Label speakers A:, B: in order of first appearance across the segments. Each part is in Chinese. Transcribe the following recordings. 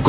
A: 《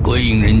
A: 《鬼影人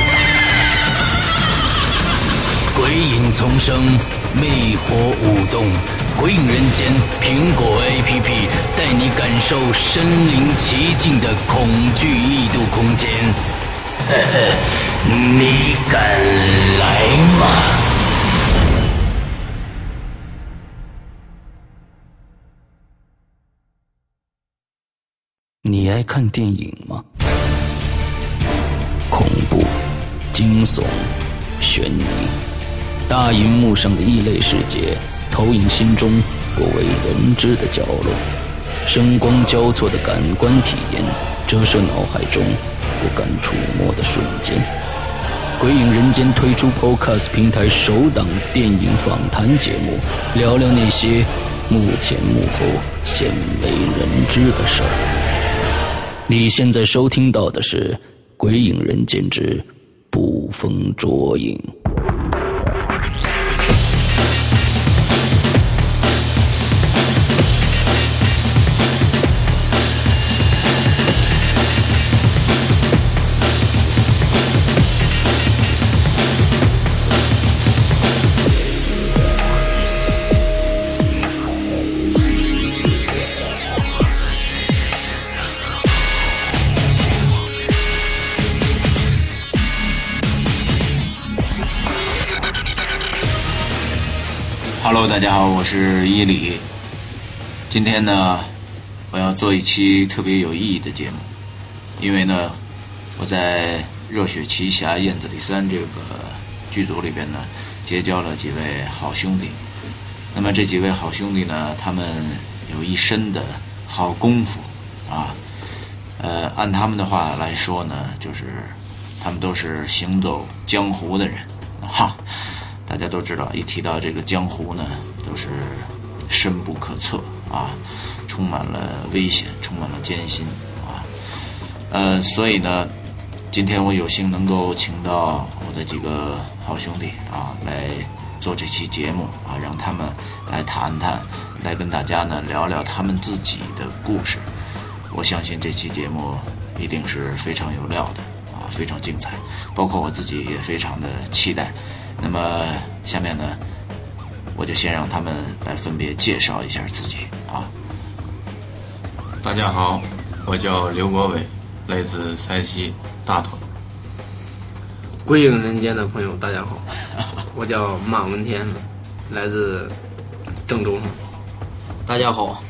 A: 鬼影丛生，魅火舞动，鬼影人间苹果 APP 带你感受身临其境的恐惧异度空间。 呵呵，你敢来吗？你爱看电影吗？恐怖、惊悚、悬疑。大荧幕上的异类世界，投影心中不为人知的角落，声光交错的感官体验，折射脑海中不敢触摸的瞬间。鬼影人间推出 Podcast 平台首档电影访谈节目，聊聊那些幕前幕后鲜为人知的事儿。你现在收听到的是《鬼影人间之捕风捉影》。
B: Hello，大家好，我是伊里。今天呢，我要做一期特别有意义的节目，因为呢，我在《热血奇侠燕子李三》这个剧组里边呢，结交了几位好兄弟。那么这几位好兄弟呢，他们有一身的好功夫啊。呃，按他们的话来说呢，就是他们都是行走江湖的人，哈、大家都知道，一提到这个江湖呢，都是深不可测啊，充满了危险，充满了艰辛啊。呃，所以呢，今天我有幸能够请到我的几个好兄弟啊来做这期节目啊，让他们来谈谈，来跟大家呢聊聊他们自己的故事。我相信这期节目一定是非常有料的啊，非常精彩，包括我自己也非常的期待。那么下面呢，我就先让他们来分别介绍一下自己啊。
C: 大家好，我叫刘国伟，来自山西大同。
D: 归影人间的朋友，大家好，我叫马文天，来自郑州。
E: 大家好，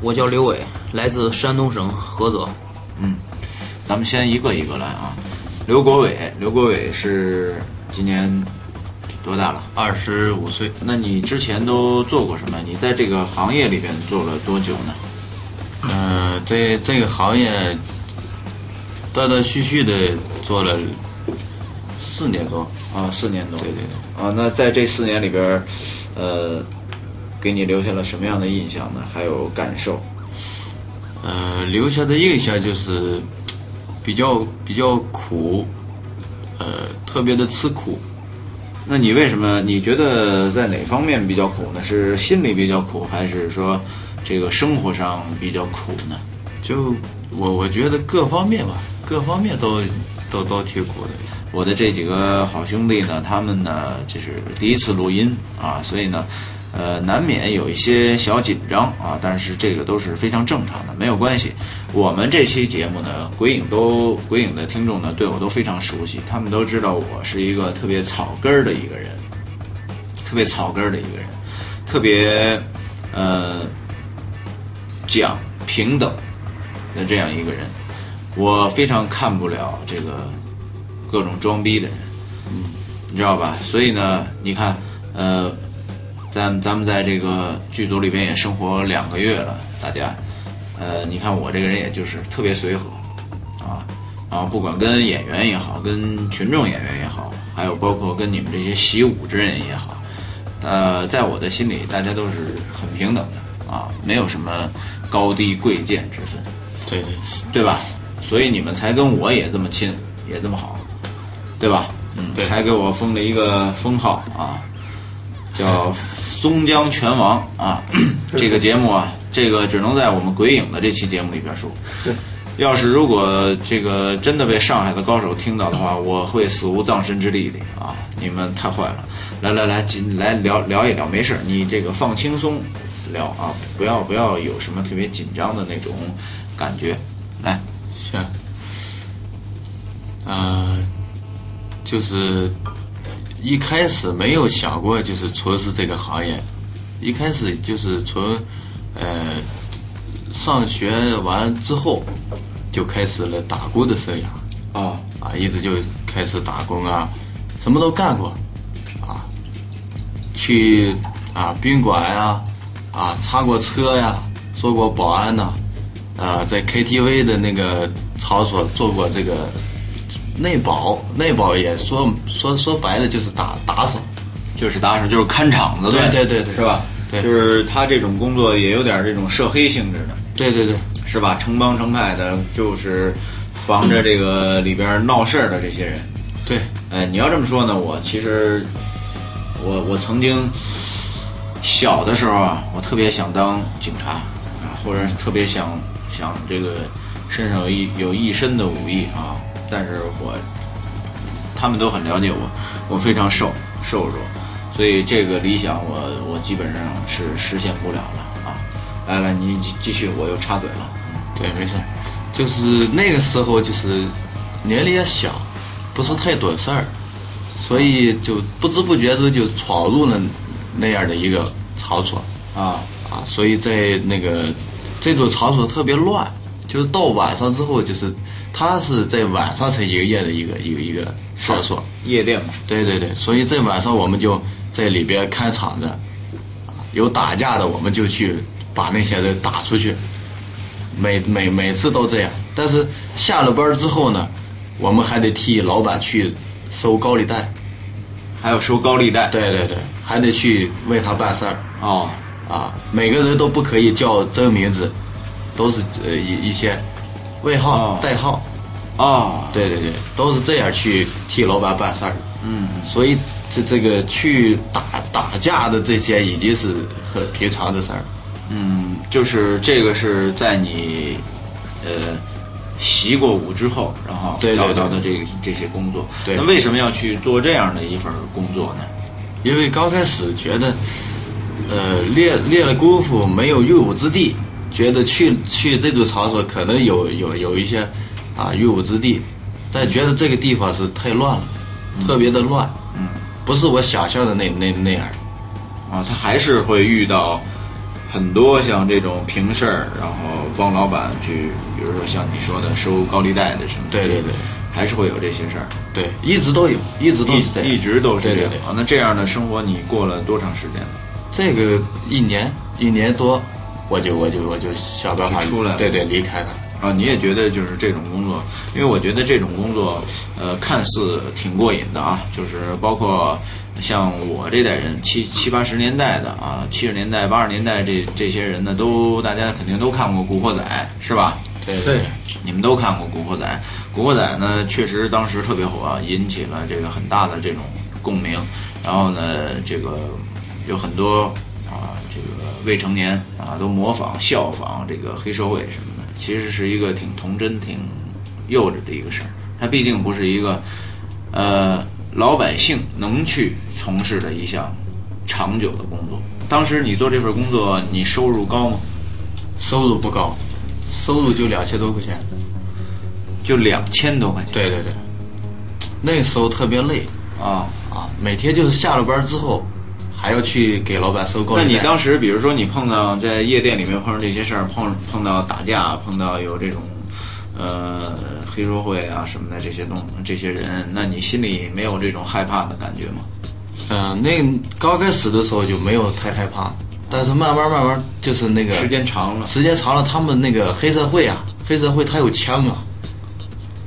E: 我叫刘伟，来自山东省菏泽。
B: 咱们先一个一个来啊。刘国伟，刘国伟是今年多大了？
C: 二十五岁，
B: 那你之前都做过什么？你在这个行业里边做了多久呢？
C: 嗯、在这个行业断断续续的做了四年多，
B: 啊，四年多。
C: 对对对，
B: 啊，那在这四年里边，呃，给你留下了什么样的印象呢？还有感受？呃
C: 嗯、留下的印象就是比较比较苦，呃，特别的吃苦，
B: 那你为什么？你觉得在哪方面比较苦呢？是心里比较苦，还是说这个生活上比较苦呢？
C: 就我我觉得各方面吧，各方面都都都挺苦的。
B: 我的这几个好兄弟呢，他们呢这是第一次录音啊，所以呢，呃，难免有一些小紧张啊，但是这个都是非常正常的，没有关系。我们这期节目呢，鬼影都鬼影的听众呢，对我都非常熟悉，他们都知道我是一个特别草根儿的一个人，特别草根儿的一个人，特别呃讲平等的这样一个人，我非常看不了这个各种装逼的人，你知道吧？所以呢，你看，呃，咱咱们在这个剧组里边也生活两个月了，大家，呃，你看我这个人也就是特别随和，啊，然后不管跟演员也好，跟群众演员也好，还有包括跟你们这些习武之人也好，呃，在我的心里，大家都是很平等的啊，没有什么高低贵贱之分。
C: 对对，
B: 对吧？所以你们才跟我也这么亲，也这么好，对吧？嗯，
C: 对
B: 才给我封了一个封号啊，叫松江拳王啊。这个节目啊，这个只能在我们鬼影的这期节目里边说。要是如果这个真的被上海的高手听到的话，我会死无葬身之地的啊！你们太坏了，来来来，紧来聊聊一聊，没事儿，你这个放轻松聊啊，不要不要有什么特别紧张的那种感觉。来，
C: 行。呃，就是一开始没有想过就是从事这个行业，一开始就是从呃上学完之后就开始了打工的生涯。
B: 哦，
C: 啊，一直就开始打工啊，什么都干过，啊，去啊宾馆呀、啊，擦过车呀、做过保安呐、啊，在 KTV 的那个场所做过这个内保，内保也说说说白了就是打打扫，
B: 就是打手，就是看场子呗，
C: 对对对对
B: 是吧？
C: 对
B: 就是他这种工作也有点这种涉黑性质的，
C: 对对对
B: 是吧？成帮成派的，就是防着这个里边闹事儿的这些人。
C: 对，
B: 哎，你要这么说呢，我其实，我我曾经小的时候啊，我特别想当警察啊，或者特别想想这个身上有一有一身的武艺啊，但是我他们都很了解我，我非常瘦瘦弱，所以这个理想我我基本上是实现不了了啊。来来，你继继续，我又插嘴了。
C: 对，没事，就是那个时候就是年龄也小，不是太懂事儿，所以就不知不觉之就闯入了那样的一个场所
B: 啊
C: 啊，所以在那个这种场所特别乱，就是到晚上之后，就是它是在晚上才营业的一个一个一个场所，
B: 夜店嘛，
C: 对对对，所以在晚上我们就在里边看场子，啊有打架的我们就去把那些人打出去，每每每次都这样。但是下了班之后呢，我们还得替老板去收高利贷，
B: 还有收高利贷。
C: 对对对，还得去为他办事儿
B: 哦，
C: 啊。每个人都不可以叫真名字，都是呃一一些外号、
B: 哦
C: 代号。
B: 哦，
C: 对对对，都是这样去替老板办事儿。嗯，所以这这个去打打架的这些已经是很平常的事儿。
B: 嗯，就是这个是在你呃习过武之后，然后
C: 对对
B: 找
C: 对
B: 到的这个这些工作。
C: 对
B: 那为什么要去做这样的一份工作呢？
C: 因为刚开始觉得，呃，练练了功夫没有用武之地，觉得去去这种场所可能有有有一些啊用武之地，但觉得这个地方是太乱了，特别的乱，嗯，不是我想象的那那那样儿。
B: 啊，他还是会遇到很多像这种平事儿，然后帮老板去，比如说像你说的收高利贷的什么的。
C: 对对对，
B: 还是会有这些事儿，
C: 对，一直都有，一直都是这样，
B: 一一直都是这
C: 对
B: 样
C: 对对
B: 啊。那这样的生活你过了多长时间了？
C: 这个一年一年多，我就我就我就想办法
B: 就出来了
C: 对对，离开了。
B: 啊，你也觉得就是这种工作，因为我觉得这种工作，呃，看似挺过瘾的啊，就是包括像我这代人，七七八十年代的啊，七十年代、八十年代这这些人呢，都大家肯定都看过《古惑仔》，是吧？
C: 对
D: 对，
B: 你们都看过《古惑仔》，啊《古惑仔》呢确实当时特别火，引起了这个很大的这种共鸣。然后呢，这个有很多啊，这个未成年啊都模仿效仿这个黑社会什么的，其实是一个挺童真、挺幼稚的一个事儿。它毕竟不是一个呃老百姓能去从事的一项长久的工作。当时你做这份工作，你收入高吗？
C: 收入不高，收入就两千多块钱。
B: 就两千多块钱。
C: 对对对，那时候特别累
B: 啊，
C: 啊，每天就是下了班之后，还要去给老板收高
B: 那
C: 利贷。
B: 你当时，比如说你碰到在夜店里面碰上这些事儿，碰碰到打架，碰到有这种呃黑社会啊什么的这些东这些人，那你心里没有这种害怕的感觉吗？
C: 嗯、那刚开始的时候就没有太害怕，但是慢慢慢慢就是那个
B: 时间长了
C: 时间长了，他们那个黑社会啊，黑社会他有枪啊，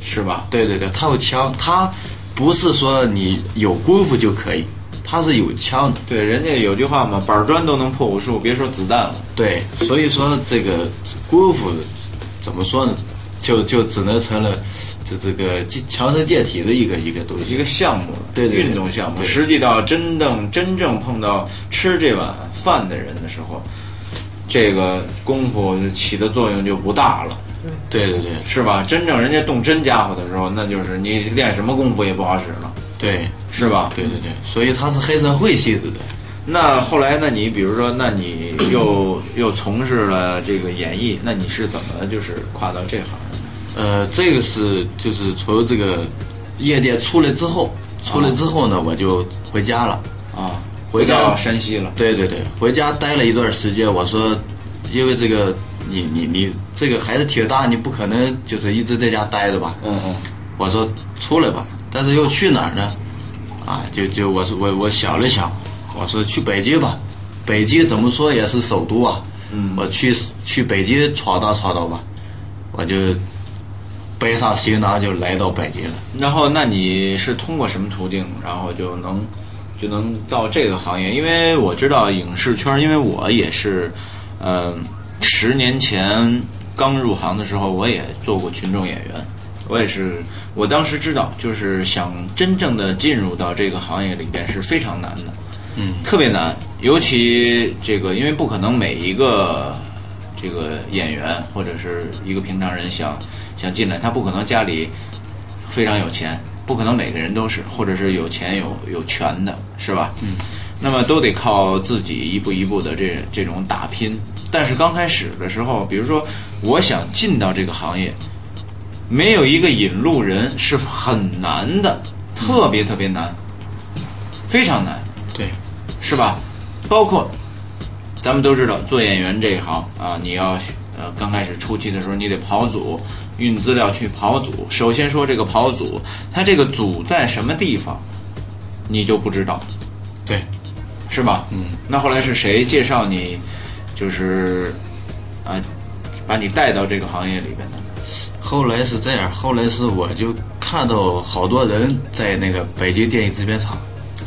B: 是吧？
C: 对对对，他有枪，他不是说你有功夫就可以，他是有枪的。
B: 对，人家有句话嘛，板砖都能破无数，别说子弹了。
C: 对，所以说这个功夫怎么说呢，就就只能成了这这个强身健体的一个一个东西
B: 一。个项目，
C: 对对对
B: 运动项目。
C: 对
B: 实际到真正真正碰到吃这碗饭的人的时候，这个功夫起的作用就不大了。
C: 对对对
B: 是吧？真正人家动真家伙的时候，那就是你练什么功夫也不好使了，
C: 对
B: 是吧？
C: 对对对，所以他是黑社会性质的。
B: 那后来，那你比如说，那你又又从事了这个演艺，那你是怎么就是跨到这行的呢？
C: 呃，这个是就是从这个夜店出来之后，出来之后呢，我就回家了。
B: 啊，
C: 回家
B: 到山西了，
C: 对对对，回家待了一段时间，我说，因为这个你你你这个孩子挺大，你不可能就是一直在家待着吧？
B: 嗯嗯，
C: 我说出来吧，但是又去哪儿呢？啊，就就我说我我想了想，我说去北京吧，北京怎么说也是首都啊，嗯，我去去北京闯荡闯荡吧，我就背上行囊就来到北京了。
B: 然后，那你是通过什么途径，然后就能就能到这个行业？因为我知道影视圈，因为我也是，嗯、十年前刚入行的时候，我也做过群众演员，我也是，我当时知道，就是想真正的进入到这个行业里边是非常难的，嗯，特别难，尤其这个，因为不可能每一个这个演员或者是一个平常人想想进来，他不可能家里非常有钱，不可能每个人都是，或者是有钱有有权的，是吧？嗯，那么都得靠自己一步一步的这这种打拼。但是刚开始的时候，比如说我想进到这个行业，没有一个引路人是很难的，特别特别难，非常难。
C: 对，
B: 是吧？包括咱们都知道做演员这一行啊，你要呃刚开始初期的时候，你得跑组运资料去跑组。首先说这个跑组，它这个组在什么地方，你就不知道，
C: 对，
B: 是吧？嗯。那后来是谁介绍你，就是啊，把你带到这个行业里边的？
C: 后来是这样，后来是我就看到好多人在那个北京电影制片厂，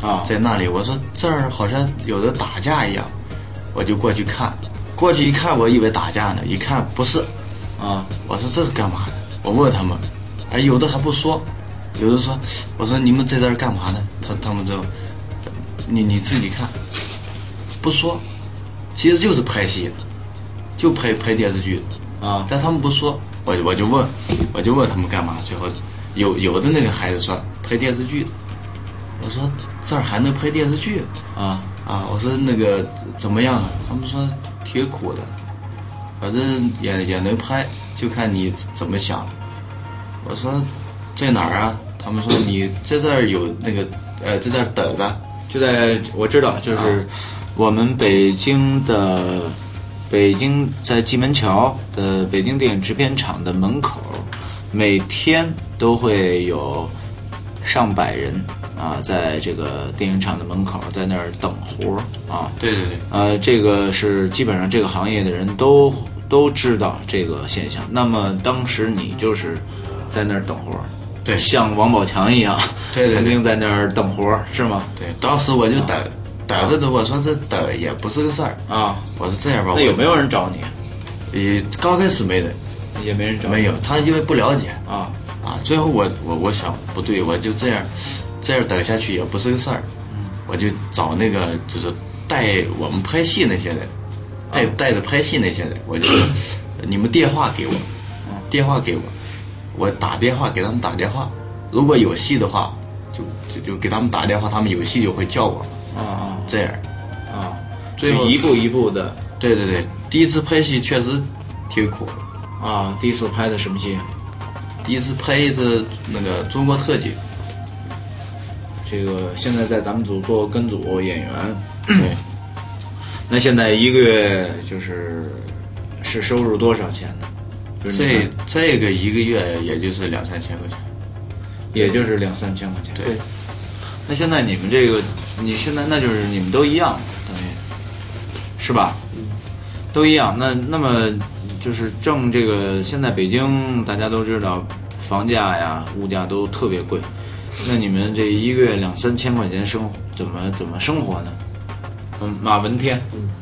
B: 啊
C: 在那里，我说这儿好像有人打架一样，我就过去看，过去一看，我以为打架呢，一看不是，
B: 啊
C: 我说这是干嘛的？我问他们，哎，有的还不说，有的说，我说你们在这儿干嘛呢？他他们就，你你自己看，不说，其实就是拍戏的，就拍拍电视剧的。
B: 啊！
C: 但他们不说，我我就问，我就问他们干嘛？最后有有的那个孩子说拍电视剧，我说这儿还能拍电视剧
B: 啊
C: 啊？我说那个怎么样啊？他们说挺苦的，反正也也能拍，就看你怎么想。我说在哪儿啊？他们说你在这儿有那个呃，在这儿等着。
B: 就在我知道，
C: 啊
B: 就是我们北京的北京在蓟门桥的北京电影制片厂的门口，每天都会有上百人啊，在这个电影厂的门口在那儿等活儿啊。
C: 对对对，
B: 呃，这个是基本上这个行业的人都都知道这个现象。那么当时你就是在那儿等活儿，
C: 对
B: 像王宝强一样，
C: 对对对
B: 曾经在那儿等活儿，是吗？
C: 对，当时我就等，等着等，我说这等也不是个事儿。
B: 啊，
C: 我说这样吧，
B: 那
C: 我
B: 有没有人找你？啊
C: 也刚开始没人，
B: 也没人找你。
C: 没有，他因为不了解
B: 啊，
C: 啊。最后我我我想不对，我就这样这样等下去也不是个事儿，我就找那个就是带我们拍戏那些人，带带着拍戏那些人，我就说你们电话给我， 电话给我，我打电话给他们打电话，如果有戏的话，就就就给他们打电话，他们有戏就会叫我，
B: 啊啊
C: 这样。
B: 啊，
C: 最
B: 就
C: 后
B: 一步一步的
C: 对对对，第一次拍戏确实挺苦的，
B: 啊。第一次拍的什么戏？啊
C: 第一次拍一次那个中国特警，
B: 这个现在在咱们组做跟组演员，
C: 对，
B: 那现在一个月就是是收入多少钱呢？就是你
C: 这
B: 们
C: 这个一个月也就是两三千块钱。
B: 也就是两三千块钱。
C: 对，
B: 那现在你们这个，你现在那就是你们都一样，等于是吧？都一样。那那么就是挣这个，现在北京大家都知道，房价呀、物价都特别贵。那你们这一个月两三千块钱生怎么怎么生活呢？嗯，马文天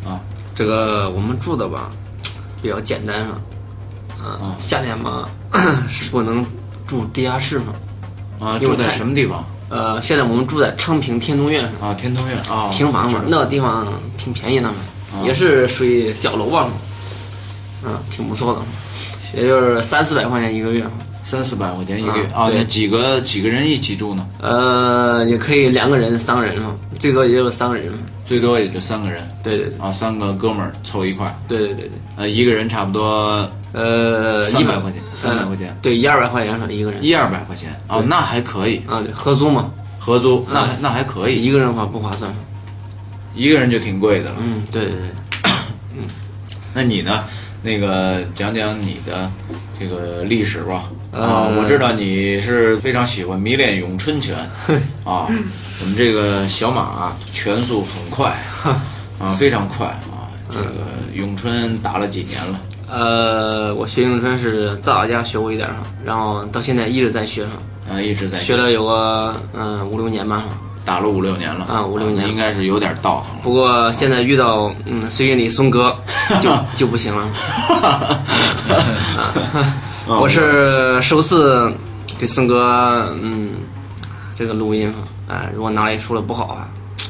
B: 啊，
D: 嗯这个我们住的吧，比较简单嘛，
B: 哦
D: 啊，夏天嘛 是不能住地下室嘛。
B: 啊，
D: 因
B: 住
D: 为
B: 在
D: 太
B: 什么地方？
D: 呃，现在我们住在昌平天通苑上，
B: 啊，天通苑啊，
D: 平房
B: 我知，
D: 嘛
B: 道哦
D: 那个地方挺便宜的嘛，也是属于小楼吧，嗯，挺不错的，也就是三四百块钱一个月，
B: 三四百块钱一个月
D: 啊
B: 啊。
D: 对
B: 那几个几个人一起住呢？
D: 呃，也可以两个人、三个人嘛，最多也就是三个人嘛。
B: 最多也就三个人。
D: 对对对
B: 啊，三个哥们儿凑一块儿，
D: 对对对对，
B: 呃，一个人差不多
D: 呃，
B: 300
D: 一百
B: 块钱300块钱
D: 对，一二百块钱上一个人，
B: 一二百块钱啊，那还可以，
D: 啊，对，合租嘛，
B: 合租
D: 嗯
B: 那那还可以，
D: 一个人的话不划算。
B: 一个人就挺贵的了。
D: 嗯，对对对，
B: 那你呢？那个讲讲你的这个历史吧。啊，
D: 呃
B: 我知道你是非常喜欢迷恋咏春 拳啊，我们这个小马啊拳速很 快啊，非常快啊。这个咏春打了几年了？
D: 呃，我学咏春是在老家学过一点儿哈，然后到现在一直在学哈，
B: 啊，一直在
D: 学了有个嗯、五六年吧哈。
B: 打了五六年了
D: 啊五六年
B: 那应该是有点道行了。
D: 不过现在遇到嗯孙运礼孙哥 就就不行了。
B: 嗯
D: 啊我是首次给孙哥嗯这个录音哈，啊，如果哪里说的不好啊，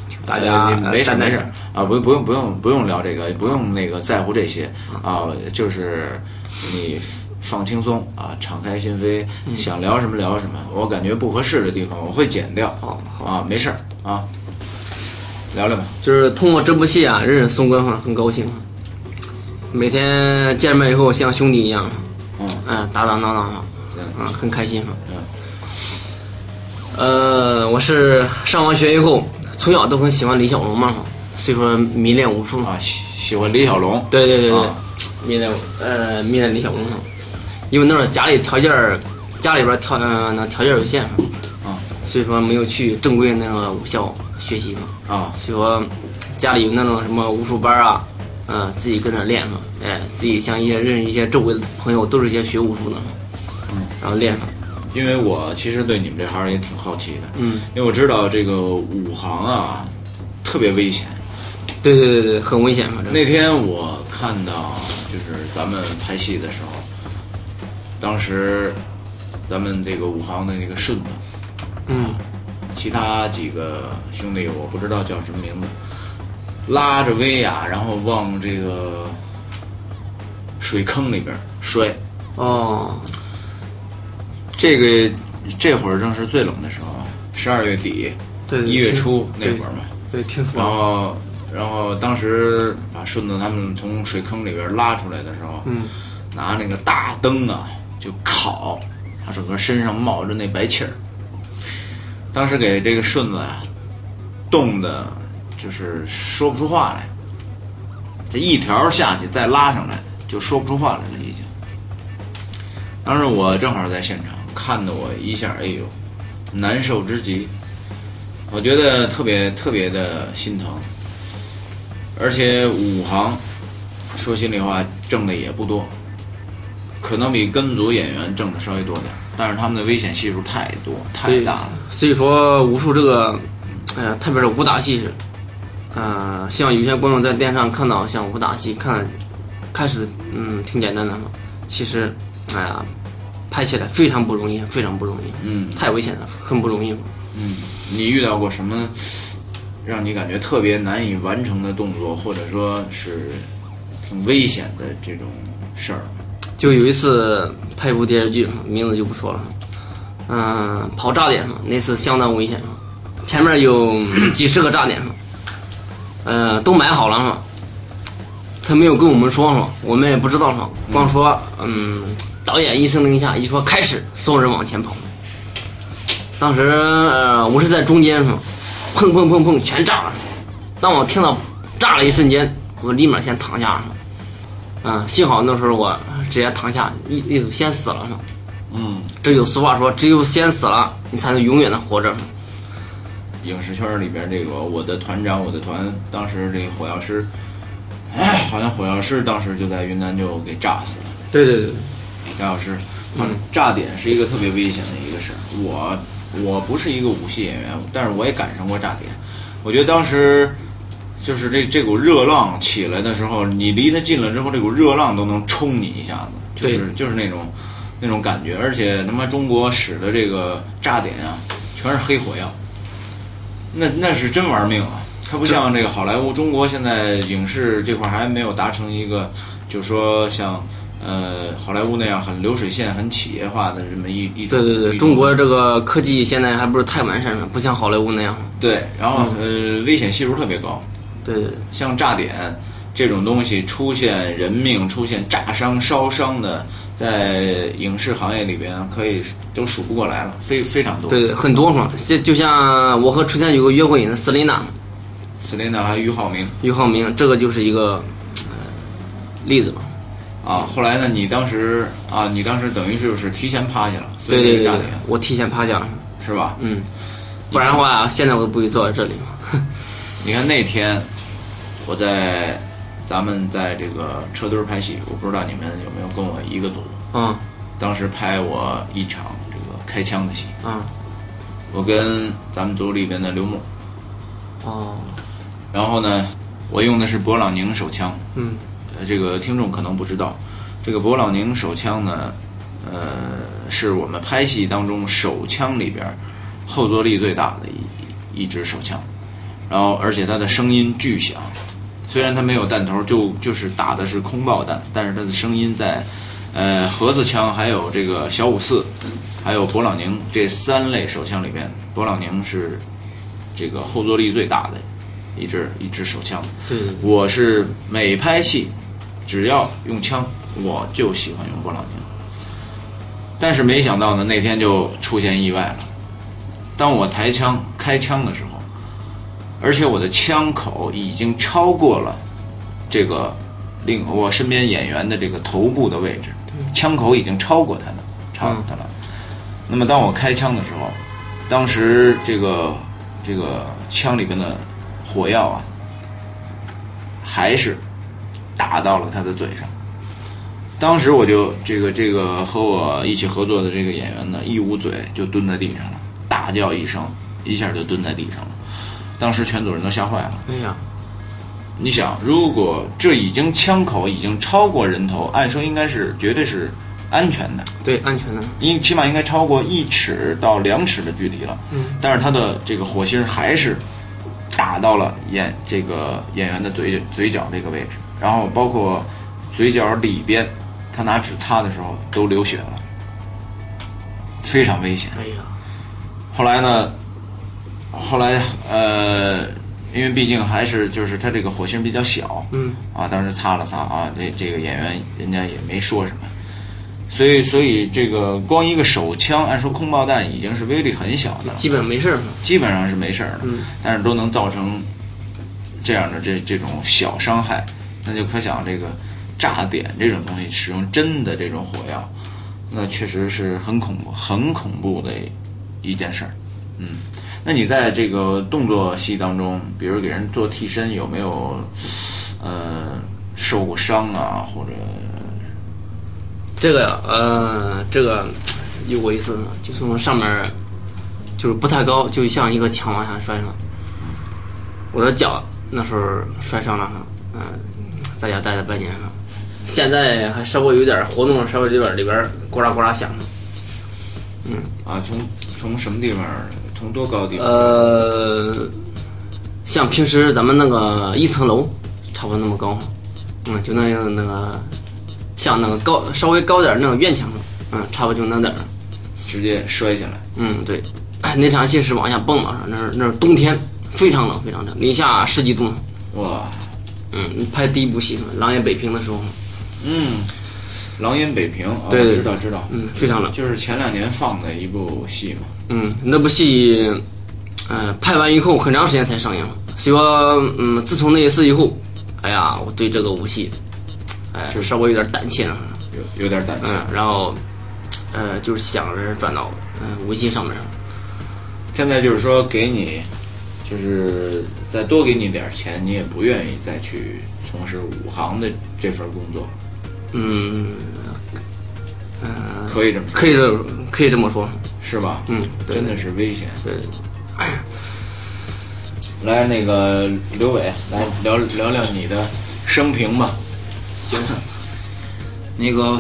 D: 请大家
B: 呃你没事
D: 担
B: 没
D: 待
B: 事啊，不不用不用不用聊这个，不用那个在乎这些啊，就是你放轻松啊，敞开心扉，想聊什么聊什么。我感觉不合适的地方我会剪掉
D: 好
B: 啊，没事儿啊，聊聊吧。
D: 就是通过这部戏啊，认识孙哥哈，很高兴。啊每天见面以后像兄弟一样，
B: 嗯
D: 嗯，打打闹闹哈，
B: 嗯
D: 啊，很开心哈。
B: 嗯
D: 呃，我是上完学以后，从小都很喜欢李小龙嘛，所以说迷恋武术嘛。
B: 啊，喜喜欢李小龙，
D: 对对对对
B: 啊，
D: 迷恋呃迷恋李小龙哈，因为那时候家里条件儿，家里边儿条嗯、那条件有限哈，
B: 啊
D: 所以说没有去正规那个武校学习嘛。
B: 啊
D: 所以说家里有那种什么武术班儿啊，嗯、自己跟着练哈，哎，自己像一些认识一些周围的朋友，都是一些学武术的，
B: 嗯
D: 然后练上。
B: 因为我其实对你们这行也挺好奇的，
D: 嗯，
B: 因为我知道这个武行啊特别危险，
D: 对对对对，很危险，反正
B: 那天我看到，就是咱们拍戏的时候，当时咱们这个武行的那个顺子，
D: 嗯，
B: 其他几个兄弟我不知道叫什么名字，拉着威亚，然后往这个水坑里边摔。
D: 哦，
B: 这个这会儿正是最冷的时候，十二月底，
D: 对，
B: 一月
D: 听
B: 初那会儿嘛。
D: 对，对听说
B: 然
D: 了，
B: 后，然后当时把顺子他们从水坑里边拉出来的时候，
D: 嗯，
B: 拿那个大灯啊就烤，他整个身上冒着那白气儿。当时给这个顺子啊冻的，就是说不出话来。这一条下去再拉上来，就说不出话来了已经。当时我正好在现场，看得我一下，哎呦，难受之极。我觉得特别特别的心疼，而且武行，说心里话挣的也不多，可能比跟组演员挣的稍微多点儿，但是他们的危险系数太多太
D: 对
B: 大了。
D: 所以说武术这个，呃，特别是武打戏是，呃，像有些观众在电视上看到像武打戏，看开始嗯挺简单的哈，其实哎呀，拍起来非常不容易，非常不容易，
B: 嗯
D: 太危险了，很不容易。
B: 嗯，你遇到过什么让你感觉特别难以完成的动作，或者说是挺危险的这种事儿？
D: 就有一次拍一部电视剧，名字就不说了，嗯、跑炸点上那次相当危险啊，前面有几十个炸点上，呃，都买好了嘛，他没有跟我们说嘛，我们也不知道嘛，光说嗯，导演一声令下，一说开始，所有人往前跑。当时呃，我是在中间嘛，砰砰砰砰全炸了。当我听到炸了一瞬间，我立马先躺下了。嗯，幸好那时候我直接躺下，一一头先死了。
B: 嗯，
D: 这有俗话说，只有先死了，你才能永远的活着。
B: 影视圈里边这个我的团长，我的团，当时这火药师，哎，好像火药师当时就在云南就给炸死了。
D: 对对对，
B: 李老师，嗯，炸点是一个特别危险的一个事儿。我我不是一个武戏演员，但是我也赶上过炸点。我觉得当时就是这这股热浪起来的时候，你离它近了之后，这股热浪都能冲你一下子，就是就是那种那种感觉。而且他妈中国使的这个炸点啊，全是黑火药，那那是真玩命啊！它不像这个好莱坞，中国现在影视这块儿还没有达成一个，就是说像呃好莱坞那样很流水线、很企业化的这么一一种
D: 对对
B: 一
D: 对，
B: 种
D: 中国这个科技现在还不是太完善了，不像好莱坞那样。
B: 对，然后
D: 嗯
B: 呃危险系数特别高，
D: 对对对，
B: 像炸点这种东西出现人命、出现炸伤、烧伤的，在影视行业里边可以都数不过来了，非非常多。
D: 对对，很多嘛。像就像我和春天有个约会的斯琳娜、
B: 斯琳娜还有俞灏明
D: 俞灏明，这个就是一个、呃例子吧。
B: 啊，后来呢，你当时啊，你当时等于就是提前趴下了，所
D: 对
B: 以这
D: 对
B: 个
D: 对
B: 炸
D: 对
B: 点，
D: 我提前趴下了，
B: 是吧？
D: 嗯，不然的话，现在我都不会坐在这里嘛。
B: 你看那天我在咱们在这个车堆儿拍戏，我不知道你们有没有跟我一个组，
D: 嗯
B: 当时拍我一场这个开枪的戏，
D: 嗯，
B: 我跟咱们组里边的刘牧，
D: 哦，
B: 然后呢，我用的是勃朗宁手枪，
D: 嗯
B: 呃，这个听众可能不知道，这个勃朗宁手枪呢，呃，是我们拍戏当中手枪里边儿后坐力最大的一一支手枪，然后而且它的声音巨响，虽然它没有弹头，就就是打的是空爆弹，但是它的声音在，呃，盒子枪还有这个小五四，还有勃朗宁这三类手枪里边，勃朗宁是这个后坐力最大的一支一支手枪。
D: 对对对
B: 我是每拍戏，只要用枪，我就喜欢用勃朗宁。但是没想到呢，那天就出现意外了。当我抬枪开枪的时候，而且我的枪口已经超过了这个令我身边演员的这个头部的位置，枪口已经超过他了，超过他了。那么当我开枪的时候，当时这个这个枪里边的火药啊，还是打到了他的嘴上。当时我就这个这个和我一起合作的这个演员呢，一捂嘴就蹲在地上了，大叫一声，一下就蹲在地上了。当时全组人都吓坏了。
D: 哎呀，
B: 你想，如果这已经枪口已经超过人头，按说应该是绝对是安全的，
D: 对，安全的，
B: 因起码应该超过一尺到两尺的距离了。
D: 嗯，
B: 但是他的这个火星还是打到了演这个演员的嘴嘴角这个位置，然后包括嘴角里边，他拿纸擦的时候都流血了，非常危险。
D: 哎呀，
B: 后来呢，后来呃，因为毕竟还是就是他这个火星比较小，
D: 嗯，
B: 啊，当时擦了擦啊，这这个演员人家也没说什么，所以所以这个光一个手枪，按说空爆弹已经是威力很小的了，
D: 基本没事儿嘛。
B: 基本上是没事儿的，
D: 嗯
B: 但是都能造成这样的这这种小伤害，那就可想这个炸点这种东西使用真的这种火药，那确实是很恐怖、很恐怖的一件事儿。嗯，那你在这个动作戏当中，比如给人做替身，有没有呃受过伤啊，或者
D: 这个呃，这个有过一次，就从上面儿就是不太高，就像一个墙往下摔上。我的脚那时候摔伤了哈，嗯、在家待了半年哈，现在还稍微有点儿活动，稍微有点儿里边儿呱啦呱啦响。
B: 呃啊从从什么地方，从多高的地方？
D: 呃，像平时咱们那个一层楼差不多那么高，嗯，就那样那个像那个高稍微高点儿那种院墙，嗯，差不多就那点儿。
B: 直接摔下来。
D: 嗯，对，哎那场戏是往下蹦了，那是那是冬天，非常冷，非常冷，零下十几度。
B: 哇，
D: 嗯，拍第一部戏嘛《狼烟北平》的时候，
B: 嗯，《狼烟北平》啊，
D: 对对
B: 知道知道，
D: 嗯，非常冷。
B: 就是前两年放的一部戏嘛。
D: 嗯，那部戏，呃，拍完以后很长时间才上映。所以说，嗯，自从那一次以后，哎呀，我对这个武戏，哎，就稍微有点胆怯了。
B: 有有点胆怯。
D: 嗯，然后，呃，就是想着转到嗯武戏上面。
B: 现在就是说给你，就是再多给你点儿钱，你也不愿意再去从事武行的这份工作，
D: 嗯，
B: 可以这么说，
D: 可以这可以这么说。
B: 是吧？
D: 嗯，对
B: 真的是危险。
D: 对，
B: 来，那个刘伟，来聊聊聊你的生平吧。
E: 那个，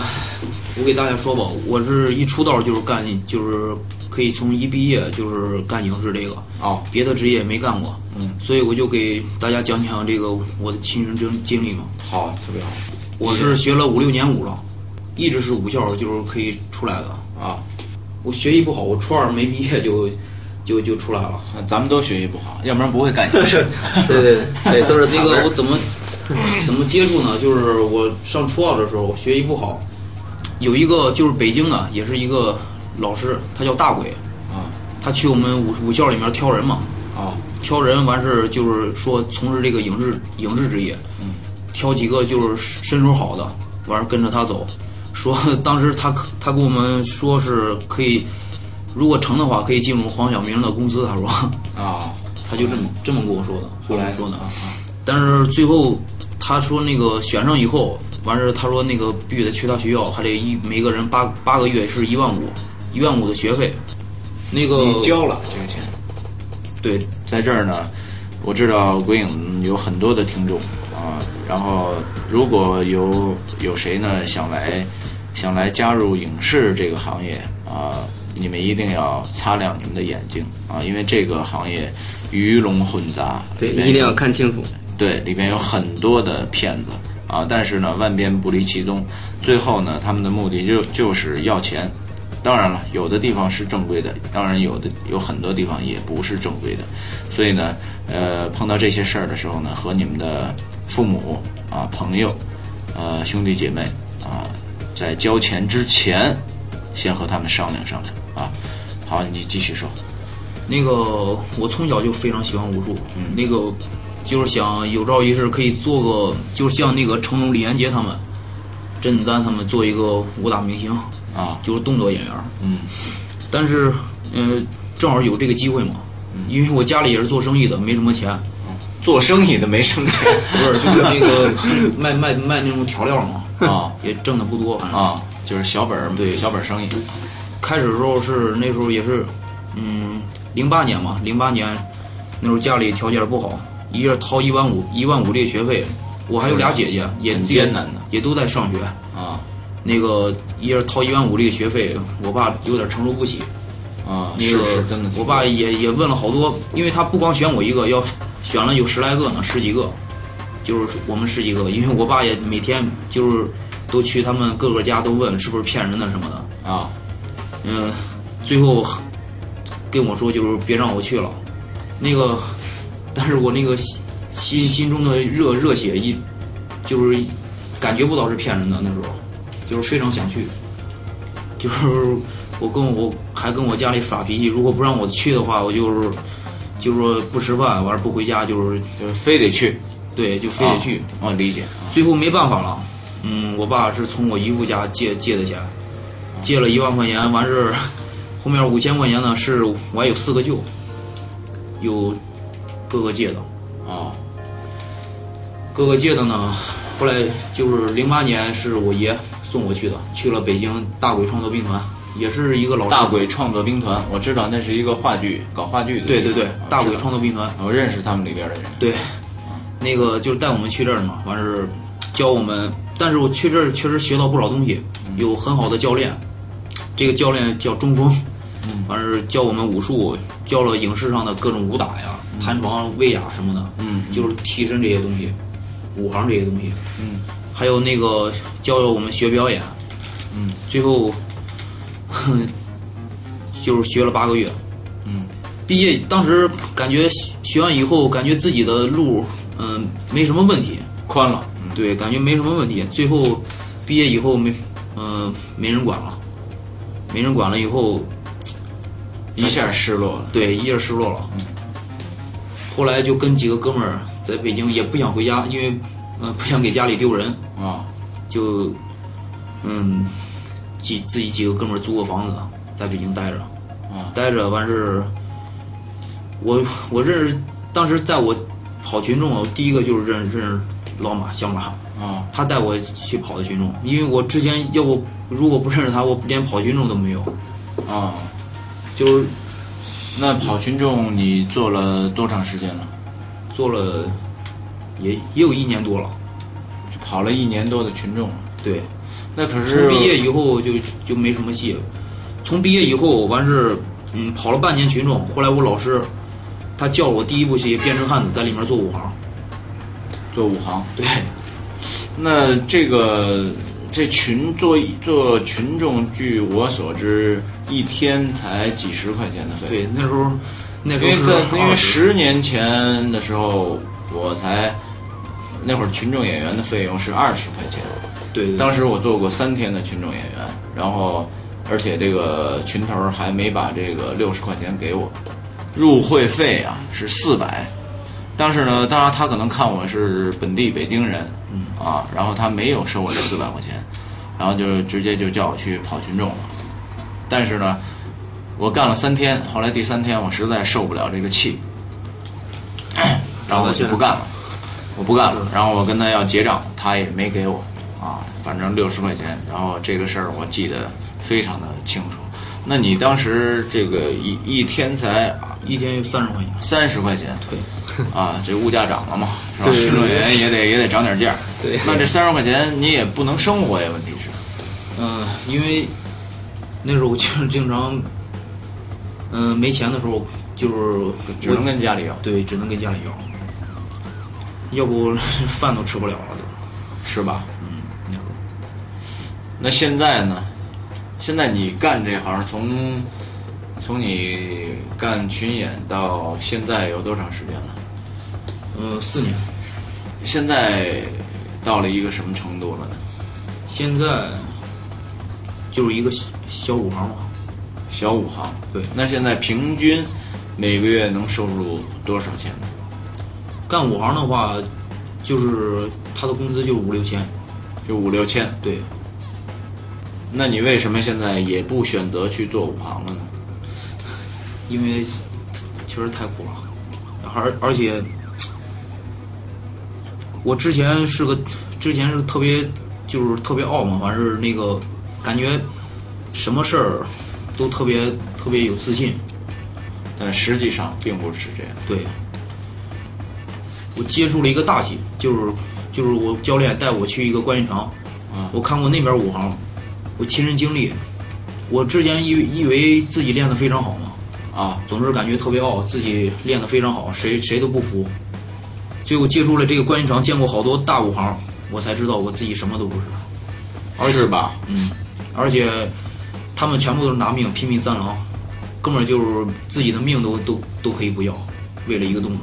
E: 我给大家说吧，我是一出道就是干，就是可以从一毕业就是干影视这个，
B: 哦，
E: 别的职业没干过，
B: 嗯，
E: 所以我就给大家讲讲这个我的亲身经经历嘛。
B: 好，特别好
E: 我是学了五六年武了，一直是武校，就是可以出来的。
B: 啊！
E: 我学习不好，我初二没毕 业就就就出来了。
B: 咱们都学习不好，要不然不会干影视。
D: 对对对， 都是
E: 这
D: 那
E: 个
D: 个
E: 我怎么 怎么接触呢？就是我上初二的时候，我学习不好，有一个就是北京的，也是一个老师，他叫大鬼，
B: 啊
E: 他去我们武武校里面挑人嘛，
B: 啊
E: 挑人完事儿就是说从事这个影视影视职业，挑几个就是身手好的，完事儿跟着他走， 说当时他可他跟我们说是可以，如果成的话可以进入黄晓明的公司，他说
B: 啊！
E: 他就这么这么跟我说的，
B: 后来
E: 说的
B: 啊，
E: 但是最后他说那个选上以后，完事儿他说那个必须得去他学校，还得一每个人八八个月是一万五，一万五的学费，那个
B: 你交了这个钱，
E: 对
B: 在这儿呢，我知道鬼影有很多的听众啊，然后如果有有谁呢想来想来加入影视这个行业啊，你们一定要擦亮你们的眼睛啊，因为这个行业鱼龙混杂，
D: 对，
B: 里面
D: 一定要看清楚。
B: 对，里边有很多的骗子啊，但是呢，万变不离其宗，最后呢，他们的目的就就是要钱。当然了，有的地方是正规的，当然有的有很多地方也不是正规的，所以呢，呃，碰到这些事儿的时候呢，和你们的父母啊、朋友、呃兄弟姐妹啊，在交钱之前，先和他们商量商量啊。好，你继续说。
E: 那个我从小就非常喜欢武术，
B: 嗯
E: 那个就是想有朝一日可以做个，就像那个成龙、李连杰他们、甄子丹他们做一个武打明星，
B: 啊，
E: 就是动作演员。
B: 嗯，
E: 但是呃，正好有这个机会嘛，
B: 嗯
E: 因为我家里也是做生意的，没什么钱，
B: 做生意的没生钱
E: 不是就是那个 卖卖卖那种调料嘛，
B: 啊
E: 也挣的不多，反正
B: 啊，就是小本儿
E: 对
B: 小本儿生意。
E: 开始的时候是那时候也是，嗯，零八年嘛，零八年那时候家里条件不好，一人掏一万五，一万五这学费，我还有俩姐姐，也
B: 很艰难的
E: 也，也都在上学。
B: 啊
E: 那个一人掏一万五这学费，我爸有点承受不起。
B: 啊，
E: 那
B: 是
E: 个
B: 是真的挺多，
E: 我爸也也问了好多，因为他不光选我一个，要选了有十来个呢，十几个，就是我们十几个，因为我爸也每天就是都去他们各个家都问是不是骗人的什么的。
B: 啊，
E: 嗯，最后跟我说就是别让我去了，那个，但是我那个心心心中的热热血一就是感觉不到是骗人的，那时候就是非常想去，就是我跟我还跟我家里耍脾气，如果不让我去的话，我就是就是说不吃饭，完了不回家，就是
B: 就是非得去，
E: 对，就非得去。
B: 啊，我理解
E: 最后没办法了，嗯，我爸是从我姨父家借借的钱，
B: 啊
E: 借了一万块钱，完事儿，后面五千块钱呢是我还有四个舅，有哥哥借的，
B: 啊
E: 哥哥借的呢，后来就是零八年是我爷送我去的，去了北京大鬼创作兵团，也是一个老
B: 啊，
E: 师
B: 大鬼创作兵团，我知道那是一个话剧，搞话剧的，
E: 对对对
B: 啊，
E: 大鬼，
B: 知道
E: 创作兵团，
B: 我认识他们里边的人，
E: 对，那个就是带我们去这儿嘛，完事儿教我们，但是我嗯去这儿确实学到不少东西，有很好的教练，这个教练叫中锋，完事儿教我们武术，教了影视上的各种武打呀、弹床、卫呀什么的，嗯，就是替身这些东西，武行这些东西，嗯，还有那个教了我们学表演，嗯，最后， 哼，就是学了八个月，毕业当时感觉学完以后，感觉自己的路嗯、没什么问题，
B: 宽了，
E: 对，感觉没什么问题。最后毕业以后没嗯、没人管了，没人管了以后，
B: 一下失落了。
E: 对，一下失落了。后来就跟几个哥们儿在北京，也不想回家，因为嗯、呃不想给家里丢人，
B: 啊，
E: 就嗯几自己几个哥们儿租个房子在北京待着，
B: 嗯
E: 待着完事儿，我我认识当时在我跑群众，我第一个就是认认识老马小马，
B: 啊，
E: 他带我去跑的群众，因为我之前要不如果不认识他，我连跑群众都没有，
B: 啊，
E: 就是
B: 那跑群众你做了多长时间了？
E: 做了也也有一年多了，
B: 就跑了一年多的群众了。
E: 对，
B: 那可是
E: 从毕业以后就就没什么戏了。从毕业以后完事，嗯，跑了半年群众。后来我老师，他叫我第一部戏《变成汉子》，在里面做武行。
B: 做武行，
E: 对，
B: 那这个这群做做群众，据我所知，一天才几十块钱的费。
E: 对，那时候，那时
B: 因
E: 候
B: 为
E: 是
B: 在因为
E: 20
B: 十年前的时候，我才那会儿群众演员的费用是二十块钱。
E: 对对
B: 当时我做过三天的群众演员，然后而且这个群头还没把这个六十块钱给我，入会费啊是四百。当时呢，当然他可能看我是本地北京人，嗯啊，然后他没有收我这四百块钱，然后就直接就叫我去跑群众了。但是呢，我干了三天，后来第三天我实在受不了这个气，然后我就不干了，我不干了。然后我跟他要结账，他也没给我啊，反正六十块钱。然后这个事儿我记得非常的清楚。那你当时这个一一天才
E: 一天有三十块钱。
B: 三十块钱，
E: 对，
B: 啊，这物价涨了嘛，是吧？
D: 对
B: 评论员也得也得涨点价。
E: 对
B: 那这三十块钱你也不能生活呀，问题是，
E: 嗯、因为那时候我就是经常，嗯、没钱的时候就是
B: 只能跟家里要，
E: 对，只能跟家里要，要不饭都吃不了了都。
B: 是吧？
E: 嗯，那时候。
B: 那现在呢？现在你干这行，从从你干群演到现在有多长时间了？
E: 嗯，四年，
B: 现在到了一个什么程度了呢？
E: 现在就是一个小小武行嘛，
B: 小五行。
E: 对
B: 那现在平均每个月能收入多少钱呢？
E: 干武行的话，就是他的工资就是五六千，
B: 就五六千。
E: 对，
B: 那你为什么现在也不选择去做五行了呢？
E: 因为确实太苦了，而而且我之前是个之前是个特别就是特别傲嘛，完事儿那个感觉什么事儿都特别特别有自信，
B: 但实际上并不是这样。
E: 对，我接触了一个大戏，就是就是我教练带我去一个观音堂，
B: 嗯
E: 我看过那边武行，我亲身经历。我之前以为以为自己练得非常好嘛，
B: 啊，
E: 总是感觉特别傲，自己练得非常好，谁谁都不服。最后接触了这个观音堂，见过好多大武行，我才知道我自己什么都不是。而且
B: 是吧？
E: 嗯，而且他们全部都是拿命拼命三郎，根本就是自己的命都都都可以不要，为了一个动作。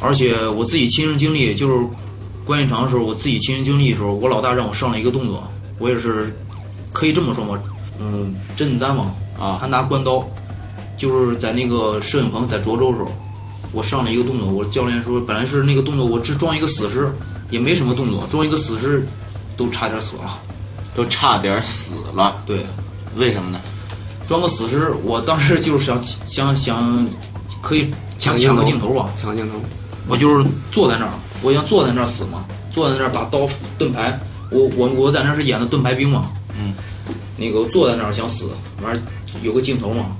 E: 而且我自己亲身经历，就是关键场的时候，我自己亲身经历的时候，我老大让我上了一个动作，我也是可以这么说嘛，嗯，甄子丹嘛，
B: 啊
E: 他拿关刀，就是在那个摄影棚在涿州的时候，我上了一个动作，我教练说本来是那个动作，我只装一个死尸，也没什么动作，装一个死尸都差点死了。
B: 都差点死了，
E: 对，
B: 为什么呢？
E: 装个死尸，我当时就是想想想，可以抢抢个镜头吧，
D: 抢个镜头，
E: 我就是坐在那儿，我想坐在那儿死嘛，坐在那儿把刀盾牌，我我我在那儿是演的盾牌兵嘛，
B: 嗯，
E: 那个我坐在那儿想死，完事儿有个镜头嘛，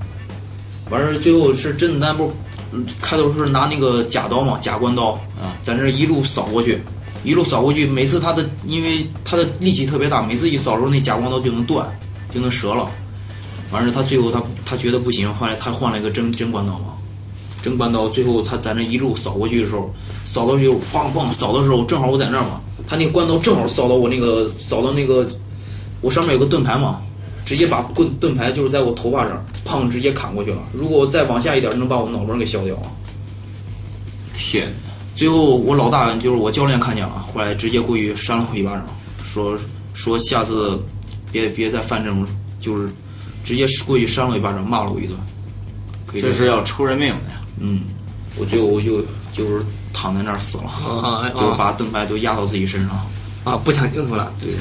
E: 完事儿最后是甄子丹不是嗯开头是拿那个假刀嘛，假关刀，
B: 啊，
E: 在那儿一路扫过去，一路扫过去，每次他的因为他的力气特别大，每次一扫的时候那假光刀就能断，就能折了。完事儿他最后他他觉得不行，后来他换了一个真真关刀嘛，真关刀。最后他咱这一路扫过去的时候，扫到时候梆梆扫的时候，正好我在那儿嘛，他那个关刀正好扫到我那个扫到那个我上面有个盾牌嘛，直接把棍盾牌就是在我头发这儿，砰直接砍过去了。如果再往下一点，能把我脑门儿给削掉啊。
B: 天哪！
E: 最后我老大就是我教练看见了，后来直接过去扇了我一巴掌，说说下次别别再犯这种，就是直接过去扇了我一巴掌，骂了我一顿。可以
C: 这是要出人命的呀！
E: 嗯，我最后我就就是躺在那儿死了，
D: 啊啊
E: 就是把盾牌都压到自己身上。
D: 啊，不抢镜头了，对，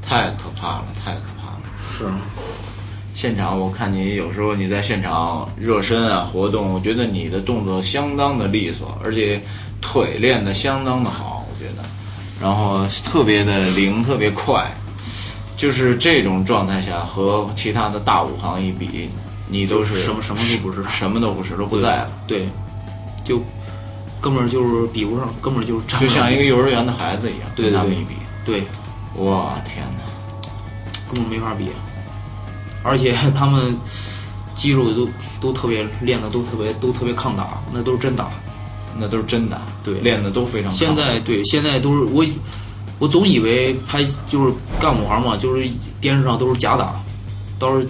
B: 太可怕了，太可怕了！
E: 是，
B: 现场我看你有时候你在现场热身啊活动，我觉得你的动作相当的利索，而且腿练得相当的好，我觉得，然后特别的灵，特别快，就是这种状态下和其他的大武行一比，你都是
E: 什么什么都不是
B: 什么都不是，都不在了。
E: 对，就根本就是比不上，根本就是站不
B: 就
E: 上
B: 像一个幼儿园的孩子一样，
E: 对
B: 跟
E: 对
B: 他们
E: 对
B: 一比，
E: 对，
B: 哇，天哪！
E: 根本没法比。而且 他们肌肉都都特别练的都特别都特别抗打，那都是真打。
B: 那都是真的，
E: 对
B: 练的都非常棒。
E: 现在对，现在都是我，我总以为拍就是干武行嘛，就是电视上都是假打，到时候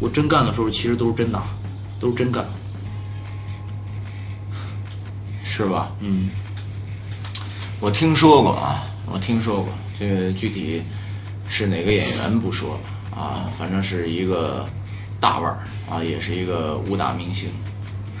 E: 我真干的时候，其实都是真打，都是真干。
B: 是吧？
E: 嗯，
B: 我听说过啊，我听说过，这个具体是哪个演员不说了啊，反正是一个大腕儿啊，也是一个武打明星，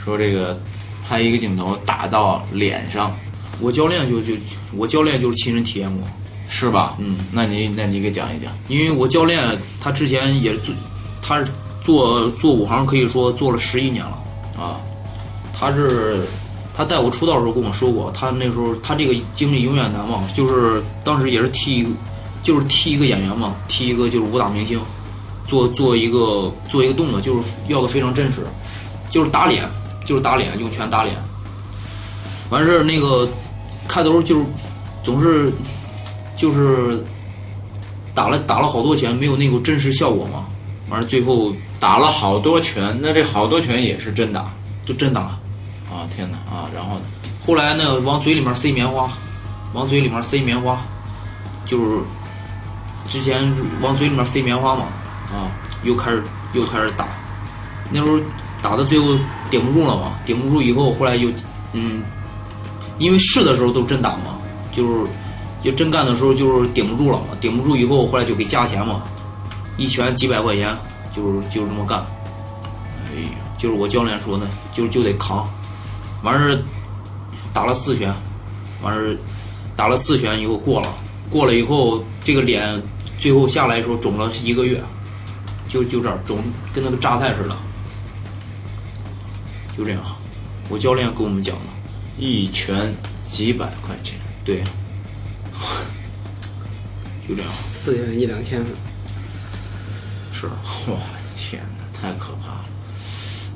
B: 说这个拍一个镜头打到脸上，
E: 我教练就就我教练就是亲身体验过，
B: 是吧？
E: 嗯，
B: 那你那你给讲一讲，
E: 因为我教练他之前也做，他是做做武行可以说做了十一年了。
B: 啊，
E: 他是他带我出道的时候跟我说过，他那时候他这个经历永远难忘，就是当时也是替一个，就是替一个演员嘛，替一个就是武打明星，做做一个做一个动作，就是要的非常真实，就是打脸，就是打脸，用拳打脸。完事儿那个开头就是总是就是打了打了好多拳，没有那个真实效果嘛。完事儿最后
B: 打了好多拳，那这好多拳也是真打
E: 就真打，
B: 啊！天哪啊！然后呢？
E: 后来呢，往嘴里面塞棉花，往嘴里面塞棉花，就是之前是往嘴里面塞棉花嘛，
B: 啊，
E: 又开始又开始打，那时候打到最后顶不住了嘛，顶不住以后，后来又嗯，因为试的时候都真打嘛，就是就真干的时候就是顶不住了嘛，顶不住以后，后来就给加钱嘛，一拳几百块钱，就是就是这么干，
B: 哎呦，
E: 就是我教练说的，就就得扛。完事儿打了四拳，完事儿打了四拳以后过了，过了以后这个脸最后下来的时候肿了一个月，就就这儿肿跟那个榨菜似的，就这样。啊我教练跟我们讲的，
B: 一拳几百块钱，
E: 对， 就这样。
D: 四千一两千，
E: 是
B: 我天哪，太可怕了！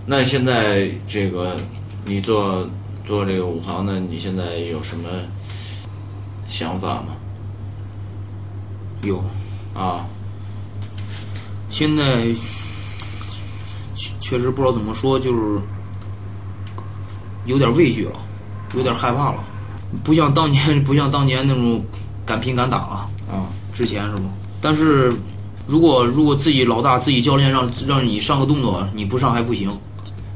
B: 那现在这个你做做这个武行的，你现在有什么想法吗？
E: 有，
B: 啊，
E: 现在确确实不知道怎么说，就是有点畏惧了，有点害怕了，不像当年，不像当年那种敢拼敢打了。
B: 啊，
E: 之前是吗？但是如果如果自己老大、自己教练让让你上个动作，你不上还不行。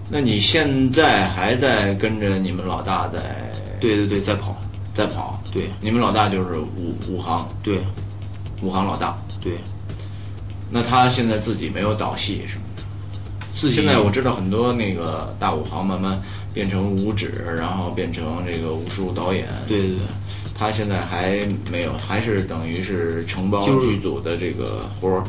B: 那你现在还在跟着你们老大在
E: 对对对，再跑，
B: 在跑？
E: 对
B: 你们老大就是武武行
E: 对
B: 武行老大，
E: 对，
B: 那他现在自己没有导戏是吗？
E: 自己
B: 现在我知道很多那个大武行慢慢变成武指，然后变成这个武术导演，
E: 对对对。
B: 他现在还没有，还是等于是承包
E: 就是
B: 剧组的这个活儿，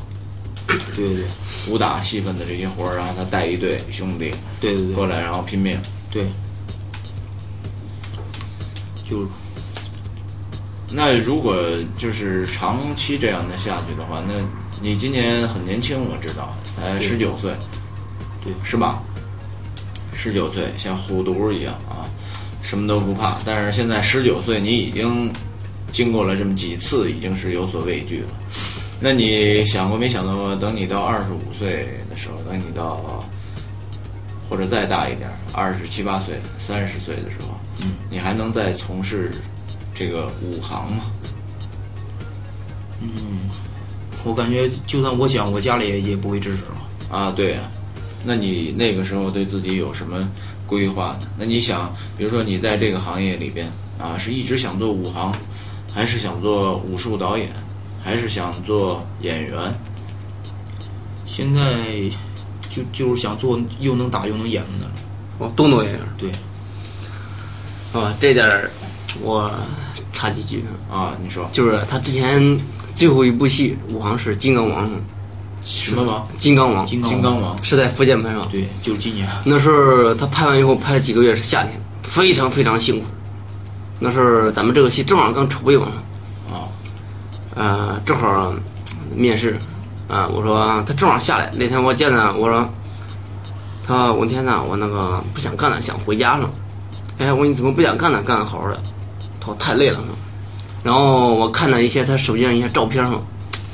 E: 对对
B: 武打戏份的这些活儿，然后他带一队兄弟
E: 对对对
B: 过来，然后拼命。
E: 对，就
B: 那如果就是长期这样的下去的话，那你今年很年轻，我知道，才
E: 对
B: 十九岁，
E: 对
B: 是吧？十九岁像虎毒一样啊，什么都不怕。但是现在十九岁，你已经经过了这么几次，已经是有所畏惧了。那你想过没想到过，等你到二十五岁的时候，等你到或者再大一点，二十七八岁、三十岁的时候，嗯，你还能再从事这个武行吗？
E: 我感觉就算我想，我家里也不会支持我。
B: 啊，对啊，那你那个时候对自己有什么规划呢？那你想，比如说你在这个行业里边啊，是一直想做武行，还是想做武术导演，还是想做演员？
E: 现在就就是想做又能打又能演的那种。
D: 我动哦动也是。
E: 对，
D: 啊，这点儿我插几句，
B: 啊，你说
D: 就是他之前最后一部戏《武行》是《金刚王》，
B: 什么吗？
D: 《金刚王》
E: 金
B: 金刚王
D: 是在福建拍的。
E: 对，就是今年。
D: 那时候他拍完以后拍了几个月，是夏天，非常非常辛苦。那时候咱们这个戏正好刚筹备完，哦
B: 啊，
D: 呃，正好嗯面试，啊、我说他正好下来那天我见他，我说他我天呐，我那个不想干了，想回家了。哎，我说你怎么不想干了？干得好好的，他说太累了。然后我看了一些他手机上一些照片上，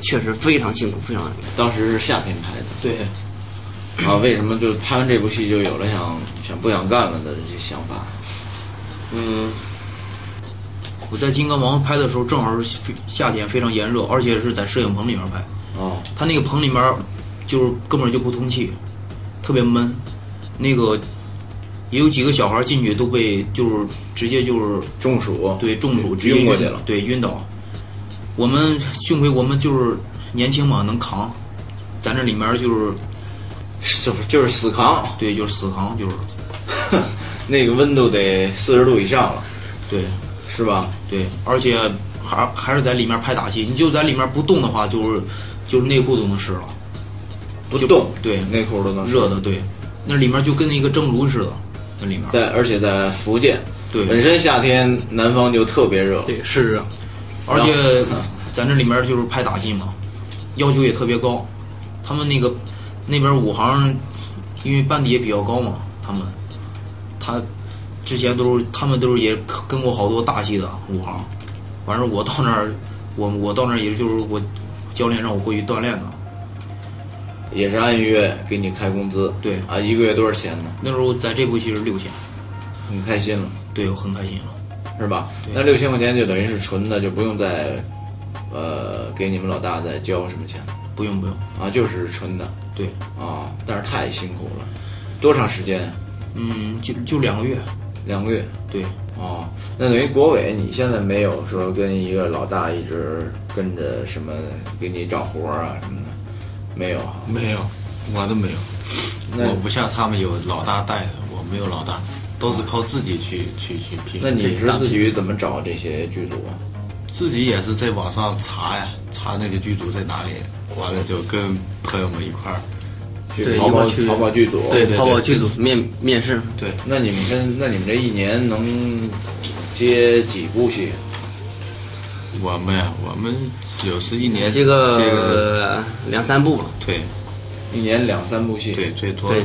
D: 确实非常辛苦，非常
B: 当时是夏天拍的
E: 对，
B: 啊，为什么就拍完这部戏就有了想想不想干了的这些想法？
E: 我在金刚王拍的时候，正好是非夏天，非常炎热，而且是在摄影棚里面拍。
B: 哦，
E: 他那个棚里面就是根本就不通气，特别闷。那个也有几个小孩进去都被就是直接就是
B: 中暑，
E: 对中暑直接
B: 哦晕过去了。
E: 对晕倒。我们幸亏我们就是年轻嘛，能扛。咱这里面就是
B: 是就是死扛，
E: 对，就是死扛，就是
B: 那个温度得四十度以上了，
E: 对
B: 是吧？
E: 对，而且还还是在里面拍打戏。你就在里面不动的话，就是就是内裤都能湿了，
B: 不动，
E: 对
B: 内裤都能
E: 热的对。那里面就跟一个蒸炉似的，那里面
B: 在而且在福建，
E: 对
B: 本身夏天南方就特别热，
D: 对是啊，
E: 而且咱这里面就是拍打戏嘛，要求也特别高。他们那个那边武行，因为班底也比较高嘛，他们他之前都是他们都是也跟过好多大戏的武行。反正我到那儿，我我到那儿也就是我教练让我过去锻炼的。
B: 也是按月给你开工资，
E: 对
B: 啊，一个月多少钱呢？
E: 那时候在这部戏是六千，
B: 很开心了，
E: 对我很开心啊了。
B: 是吧？
E: 对
B: 那六千块钱就等于是纯的，就不用再呃给你们老大再交什么钱
E: 不用不用，
B: 啊，就是纯的
E: 对，
B: 啊，但是太辛苦了，多长时间？
E: 嗯，就就两个月，
B: 两个月
E: 对，
B: 哦，那等于国伟，你现在没有说跟一个老大一直跟着什么给你找活儿啊什么的，没有啊？
C: 没有，我都没有。
B: 那
C: 我不像他们有老大带的，我没有老大，都是靠自己去去去拼。
B: 那你是
C: 打
B: 自
C: 拼
B: 己怎么找这些剧组啊？
C: 自己也是在网上查呀，查那个剧组在哪里，完了就跟朋友们一块儿
B: 去
D: 对
B: 淘
D: 一
B: 宝
D: 块去
B: 淘宝剧组？
C: 对对
D: 包括剧组面面试，
C: 对。
B: 那你们跟那你们这一年能接几部戏？
C: 我们呀，我们有时一年
D: 这个两三部吧，
C: 对
B: 一年两三部戏？
C: 对，最多
D: 对。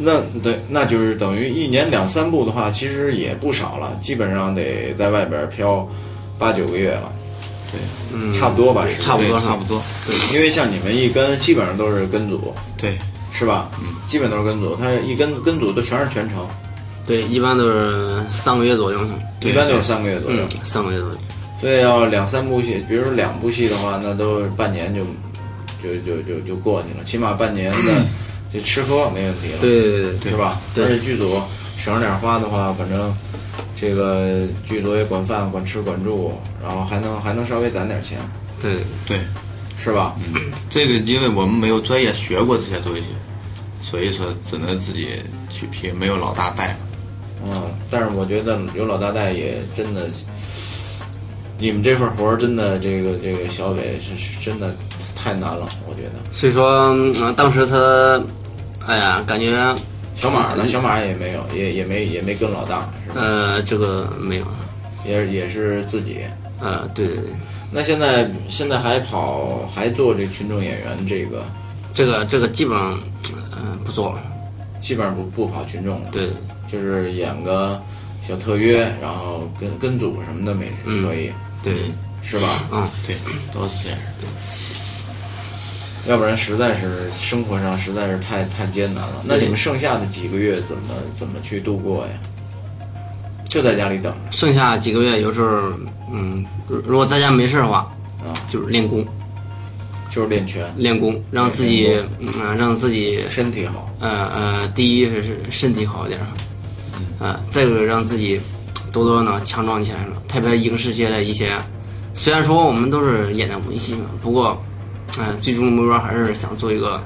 B: 那对，那就是等于一年两三部的话，其实也不少了，基本上得在外边漂八九个月了，
C: 对
D: 嗯，
B: 差不多吧？是吧
D: 差不多
C: 对差不多
B: 因为像你们一跟，基本上都是跟组，
C: 对
B: 是吧？嗯，基本都是跟组，他一跟跟组都全是全程，
D: 对，一般都是三个月左右，
C: 对
B: 一般都是三个月左右
D: 嗯。，三个月左右。
B: 所以要两三部戏，比如说两部戏的话，那都是半年就就就就就过去了，起码半年 的这吃喝没问题了，
D: 对对对对，
B: 是吧？
D: 对
B: 而且剧组省着点花的话，反正这个剧组也管饭、管吃、管住，然后还能还能稍微攒点钱，
D: 对
C: 对，
B: 是吧？
C: 嗯，这个因为我们没有专业学过这些东西，所以说只能自己去拼，没有老大带嘛。
B: 嗯，但是我觉得有老大带也真的，你们这份活儿真的，这个这个小伟是是真的太难了，我觉得。
D: 所以说、嗯当时他，哎呀，感觉
B: 小马
D: 嗯
B: 呢？小马也没有，也也没也没跟老大，是吧？
D: 呃这个没有，
B: 也也是自己。
D: 呃对对对，
B: 那现在现在还跑还做这群众演员，这个
D: 这个这个基本上嗯、呃不做了，
B: 基本上不不跑群众了，
D: 对，
B: 就是演个小特约，然后跟跟组什么的没
D: 嗯
B: 可以。
D: 对，
B: 是吧？
D: 嗯，
B: 啊对，都是这样。要不然实在是生活上实在是太太艰难了。那你们剩下的几个月怎么怎么去度过呀？就在家里等着
D: 剩下几个月有时候，嗯，如如果在家没事儿的话，
B: 啊，
D: 就是练功，
B: 就是练拳，
D: 练功，让自己，嗯、让自己，
B: 身体好。
D: 呃呃，第一是是身体好一点儿，呃，再一个让自己多多呢强壮起来了。特别影视界的一些，虽然说我们都是演的文戏嘛，不过，嗯、最终的目标还是想做一个，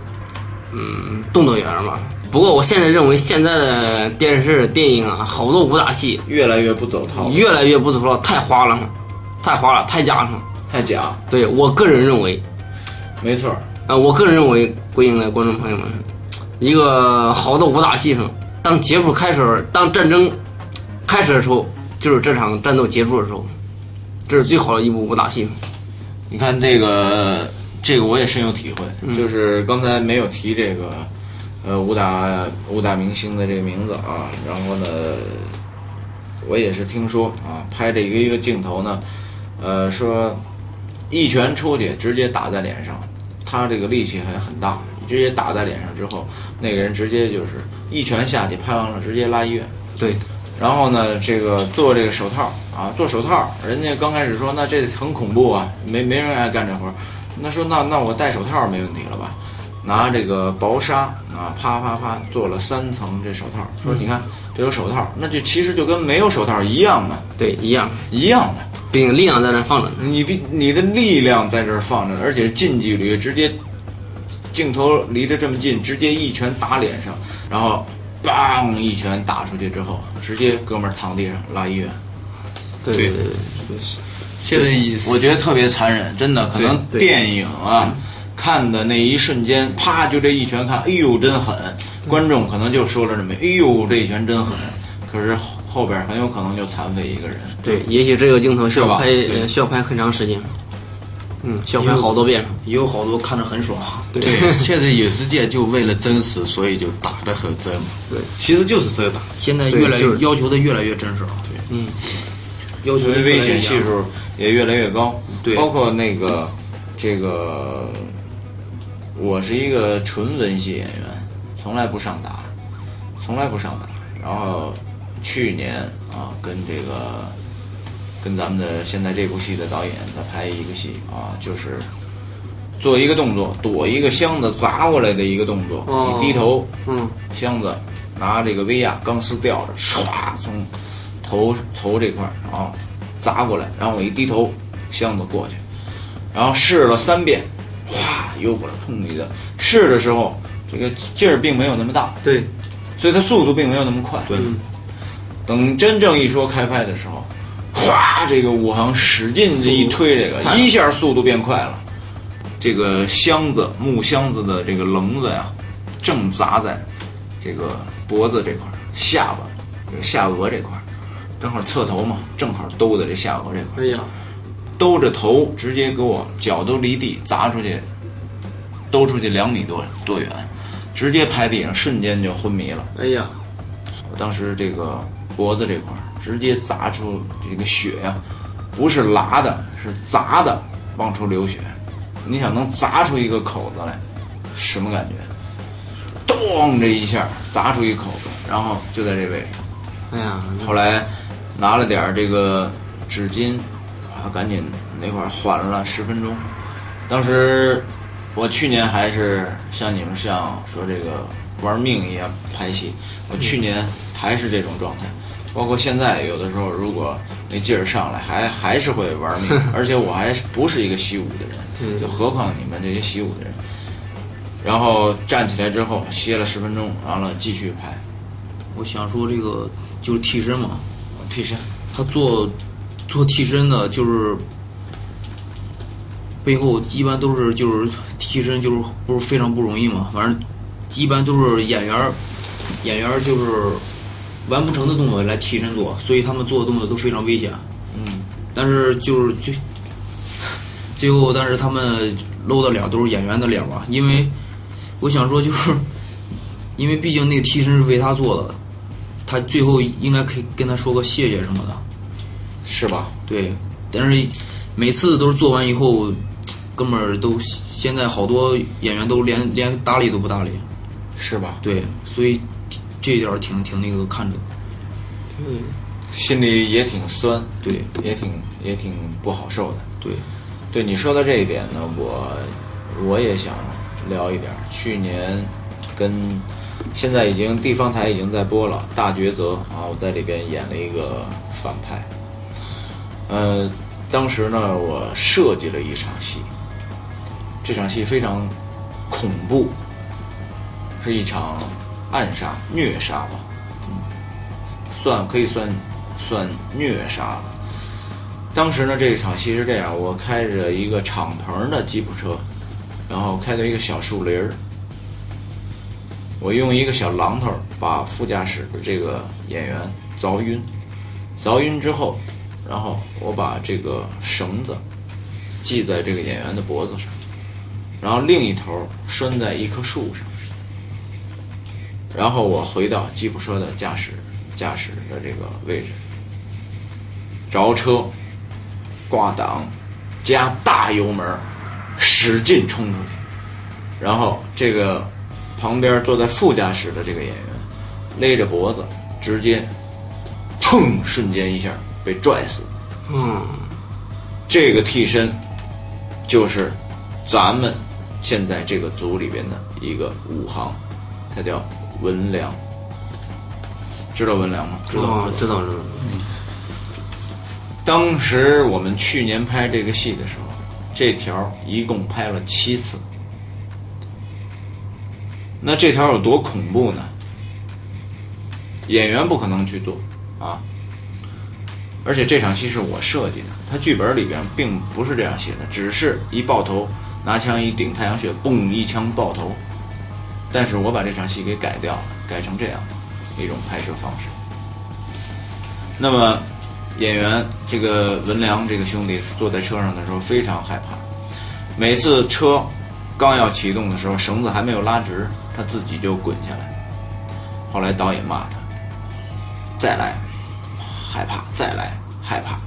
D: 嗯，动作演员嘛。不过我现在认为现在的电视电影啊，好多武打戏
B: 越来越不走套，
D: 越来越不走了，太花了，太花了，太假了。
B: 太假，
D: 对我个人认为，
B: 没错儿，
D: 啊、我个人认为，归应的观众朋友们，一个好的武打戏上，当结束开始，当战争开始的时候，就是这场战斗结束的时候，这是最好的一部武打戏。
B: 你看这个，这个我也深有体会，就是刚才没有提这个，呃，武打武打明星的这个名字啊。然后呢，我也是听说啊，拍这一个一个镜头呢，呃，说一拳出去直接打在脸上，他这个力气还很大，直接打在脸上之后，那个人直接就是一拳下去，拍完了直接拉医院。
D: 对，
B: 然后呢，这个做这个手套啊，做手套，人家刚开始说那这很恐怖啊，没没人爱干这活儿。那说那那我戴手套没问题了吧？拿这个薄纱啊，啪啪啪做了三层这手套，说你看这有手套，那就其实就跟没有手套一样嘛，
D: 对，一样，
B: 一样的。
D: 毕竟力量在那放着呢。
B: 你比你的力量在这儿放着，而且近距离直接镜头离得这么近，直接一拳打脸上，然后梆一拳打出去之后，直接哥们儿躺地上拉医院。
D: 对对对，
C: 现在以
B: 我觉得特别残忍，真的，可能
D: 对嗯
B: 电影啊看的那一瞬间，啪就这一拳看，哎呦真狠，观众可能就说了这么，哎呦这一拳真狠，可是后后边很有可能就残废一个人。
D: 对，也许这个镜头需
B: 是
D: 要
B: 吧
D: 拍，
B: 对
D: 呃需要拍很长时间，嗯，需要拍好多遍。
E: 也有好多看着很爽，
C: 对，现在影视界就为了真实，所以就打得很真。
D: 对，
C: 其实就是这打。
E: 现在
D: 对
E: 越来
D: 就
E: 越
D: 是
E: 要求的越来越真实了，
D: 嗯，
E: 要求
B: 因
E: 的
B: 为
E: 越来越
B: 危险系
E: 严
B: 数也越来越高，
E: 对
B: 包括那个这个，我是一个纯文戏演员，从来不上打，从来不上打。然后去年啊，跟这个跟咱们的现在这部戏的导演，他拍一个戏啊，就是做一个动作，躲一个箱子砸过来的一个动作，
D: 哦
B: 你低头，
D: 嗯，
B: 箱子拿这个威亚钢丝吊着，唰从头头这块儿啊砸过来，然后我一低头，箱子过去，然后试了三遍，哗又过来碰一下。试的时候，这个劲儿并没有那么大，
D: 对，
B: 所以它速度并没有那么快。对，等真正一说开拍的时候，哗，这个武行使劲的一推，这个一下嗯速度变快了。这个箱子木箱子的这个棱子呀，正砸在这个脖子这块儿、下巴、这个下颚这块儿，正好侧头嘛，正好兜在这下颚这块儿。
D: 哎呀，
B: 兜着头直接给我脚都离地砸出去，兜出去两米多多远，直接拍地上，瞬间就昏迷了。
D: 哎呀，
B: 我当时这个脖子这块儿直接砸出这个血呀、不是拉的，是砸的，往出流血。你想能砸出一个口子来，什么感觉？咚这一下砸出一口子，然后就在这位置。
D: 哎呀，
B: 后来拿了点儿这个纸巾，啊，赶紧那会儿缓了十分钟。当时我去年还是像你们像说这个玩命一样拍戏，我去年还是这种状态，包括现在有的时候如果那劲儿上来，还还是会玩命，而且我还是不是一个习武的人，就何况你们这些习武的人。然后站起来之后歇了十分钟，完了继续拍
E: 我想说这个就是替身嘛，
B: 替身。
E: 他做做替身的，就是背后一般都是就是替身，就是不是非常不容易嘛。反正一般都是演员儿演员儿就是完不成的动作来替身做，所以他们做的动作都非常危险。
B: 嗯，
E: 但是就是最最后，但是他们露的脸都是演员的脸嘛，因为我想说就是，因为毕竟那个替身是为他做的，他最后应该可以跟他说个谢谢什么的，
B: 是吧？
E: 对。但是每次都是做完以后，哥们儿都现在好多演员都连连搭理都不搭理。
B: 是吧？
E: 对，所以这一点儿挺挺那个看着，
B: 心里也挺酸，
E: 对
B: 也挺也挺不好受的。
E: 对，
B: 对你说到这一点呢，我我也想聊一点儿。去年跟现在已经地方台已经在播了《大抉择》啊，我在里边演了一个反派。呃，当时呢，我设计了一场戏，这场戏非常恐怖，是一场暗杀、虐杀吧，嗯算可以算算虐杀吧。当时呢，这一场戏是这样：我开着一个敞篷的吉普车，然后开到一个小树林儿，我用一个小榔头把副驾驶的这个演员凿晕，凿晕之后，然后我把这个绳子系在这个演员的脖子上，然后另一头拴在一棵树上，然后我回到吉普车的驾驶驾驶的这个位置，着车。挂档，加大油门，使劲冲出去。然后这个旁边坐在副驾驶的这个演员勒着脖子，直接，腾，瞬间一下被拽死。
D: 嗯，
B: 这个替身就是咱们现在这个组里边的一个武行，他叫文良。知道文良吗？
D: 知道知道知道，
B: 当时我们去年拍这个戏的时候，这条一共拍了七次。那这条有多恐怖呢？演员不可能去做啊！而且这场戏是我设计的，它剧本里边并不是这样写的，只是一爆头拿枪一顶太阳穴，嘣一枪爆头。但是我把这场戏给改掉了，改成这样一种拍摄方式。那么演员这个文良这个兄弟坐在车上的时候非常害怕，每次车刚要启动的时候，绳子还没有拉直，他自己就滚下来。后来导演骂他：“再来，害怕，再来，害怕。”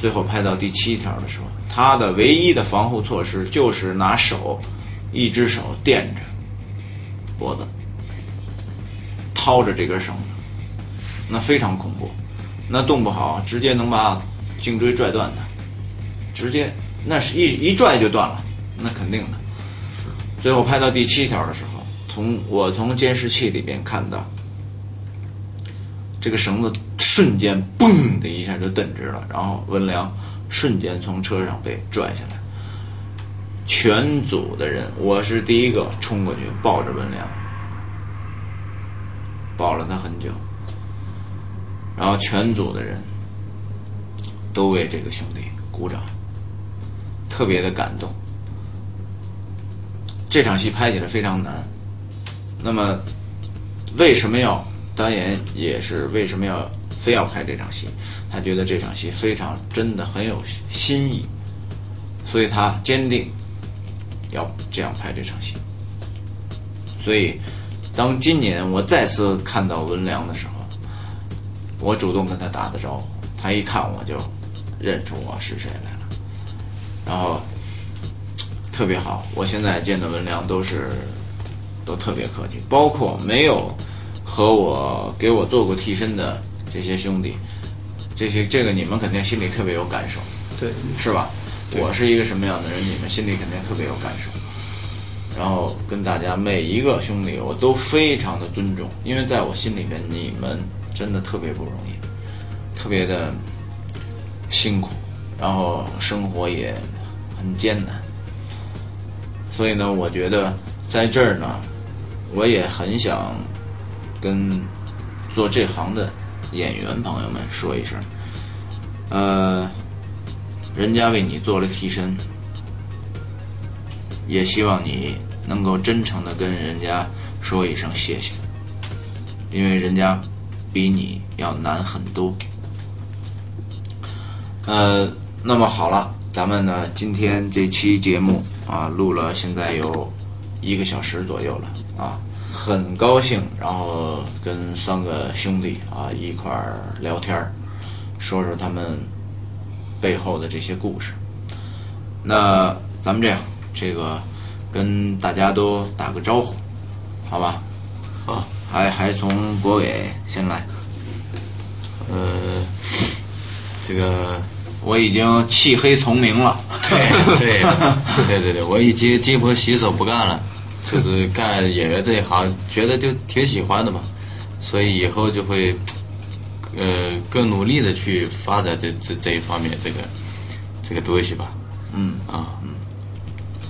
B: 最后拍到第七条的时候，他的唯一的防护措施就是拿手，一只手垫着脖子，掏着这根绳子，那非常恐怖。那动不好，直接能把颈椎拽断的，直接那是一一拽就断了，那肯定的。是。最后拍到第七条的时候，从我从监视器里边看到，这个绳子瞬间嘣的一下就蹬直了，然后文良瞬间从车上被拽下来。全组的人，我是第一个冲过去抱着文良，抱了他很久。然后全组的人都为这个兄弟鼓掌，特别的感动。这场戏拍起来非常难，那么为什么要导演也是为什么要非要拍这场戏？他觉得这场戏非常真的很有新意，所以他坚定要这样拍这场戏。所以，当今年我再次看到文良的时候，我主动跟他打的招呼，他一看我就认出我是谁来了，然后特别好。我现在见的文良都是都特别客气，包括没有和我给我做过替身的这些兄弟，这些这个你们肯定心里特别有感受，
D: 对，
B: 是吧？我是一个什么样的人，你们心里肯定特别有感受。然后跟大家每一个兄弟，我都非常的尊重，因为在我心里面，你们真的特别不容易，特别的辛苦，然后生活也很艰难。所以呢，我觉得在这儿呢，我也很想跟做这行的演员朋友们说一声，呃，人家为你做了替身，也希望你能够真诚的跟人家说一声谢谢，因为人家比你要难很多。呃，那么好了，咱们呢今天这期节目啊，录了现在有一个小时左右了啊，很高兴，然后跟三个兄弟啊一块儿聊天儿，说说他们背后的这些故事。那咱们这样，这个跟大家都打个招呼，好吧？
C: 好，
B: 还还从国伟先来，
C: 呃，这 个
B: 我已经弃黑从明了。啊
C: 对对对对对，我已经金盆洗手不干了，就是干演员这一行，觉得就挺喜欢的嘛，所以以后就会，呃，更努力的去发展这这这一方面这个这个东西吧。
B: 嗯
C: 啊，嗯，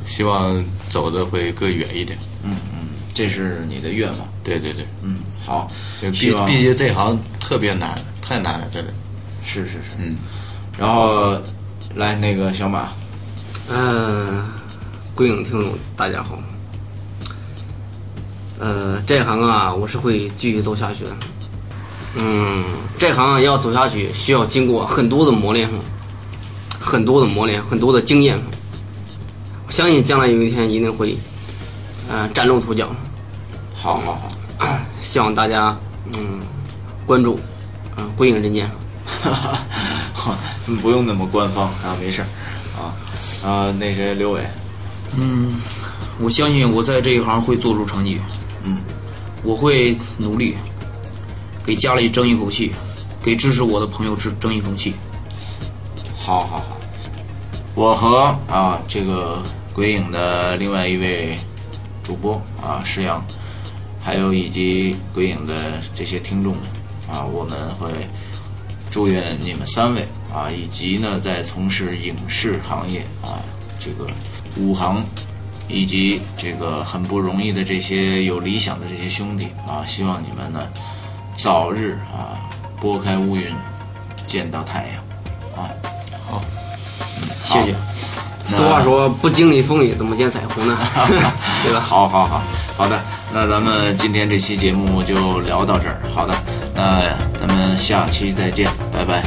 C: 希望走的会更远一点。
B: 嗯嗯，这是你的愿望。
C: 对对对，
B: 嗯，好，
C: 就
B: 希
C: 毕
B: 望
C: 毕竟这行特别难，太难了，真的。
B: 是是是。
C: 嗯，
B: 然后来那个小马，
D: 嗯，归影听众大家好。呃，这行啊，我是会继续走下去的。嗯，这行啊要走下去，需要经过很多的磨练，很多的磨练，很多的经验。我相信将来有一天一定会，呃，崭露头角。
B: 好好好，
D: 希望大家嗯关注，嗯、归影人间。
B: 好， 不用那么官方啊，没事儿啊啊，那谁刘伟，
E: 我相信我在这一行会做出成绩。
B: 嗯，
E: 我会努力，给家里争一口气，给支持我的朋友争争一口气。
B: 好好好，我和啊这个鬼影的另外一位主播啊石阳，还有以及鬼影的这些听众们啊，我们会祝愿你们三位啊，以及呢在从事影视行业啊这个武行。以及这个很不容易的这些有理想的这些兄弟啊，希望你们呢早日啊拨开乌云，见到太阳啊！
E: 谢 谢。
D: 俗话说，不经历风雨，怎么见彩虹呢？ 对吧？
B: 好好好，好的，那咱们今天这期节目就聊到这儿。好的，那咱们下期再见，拜拜。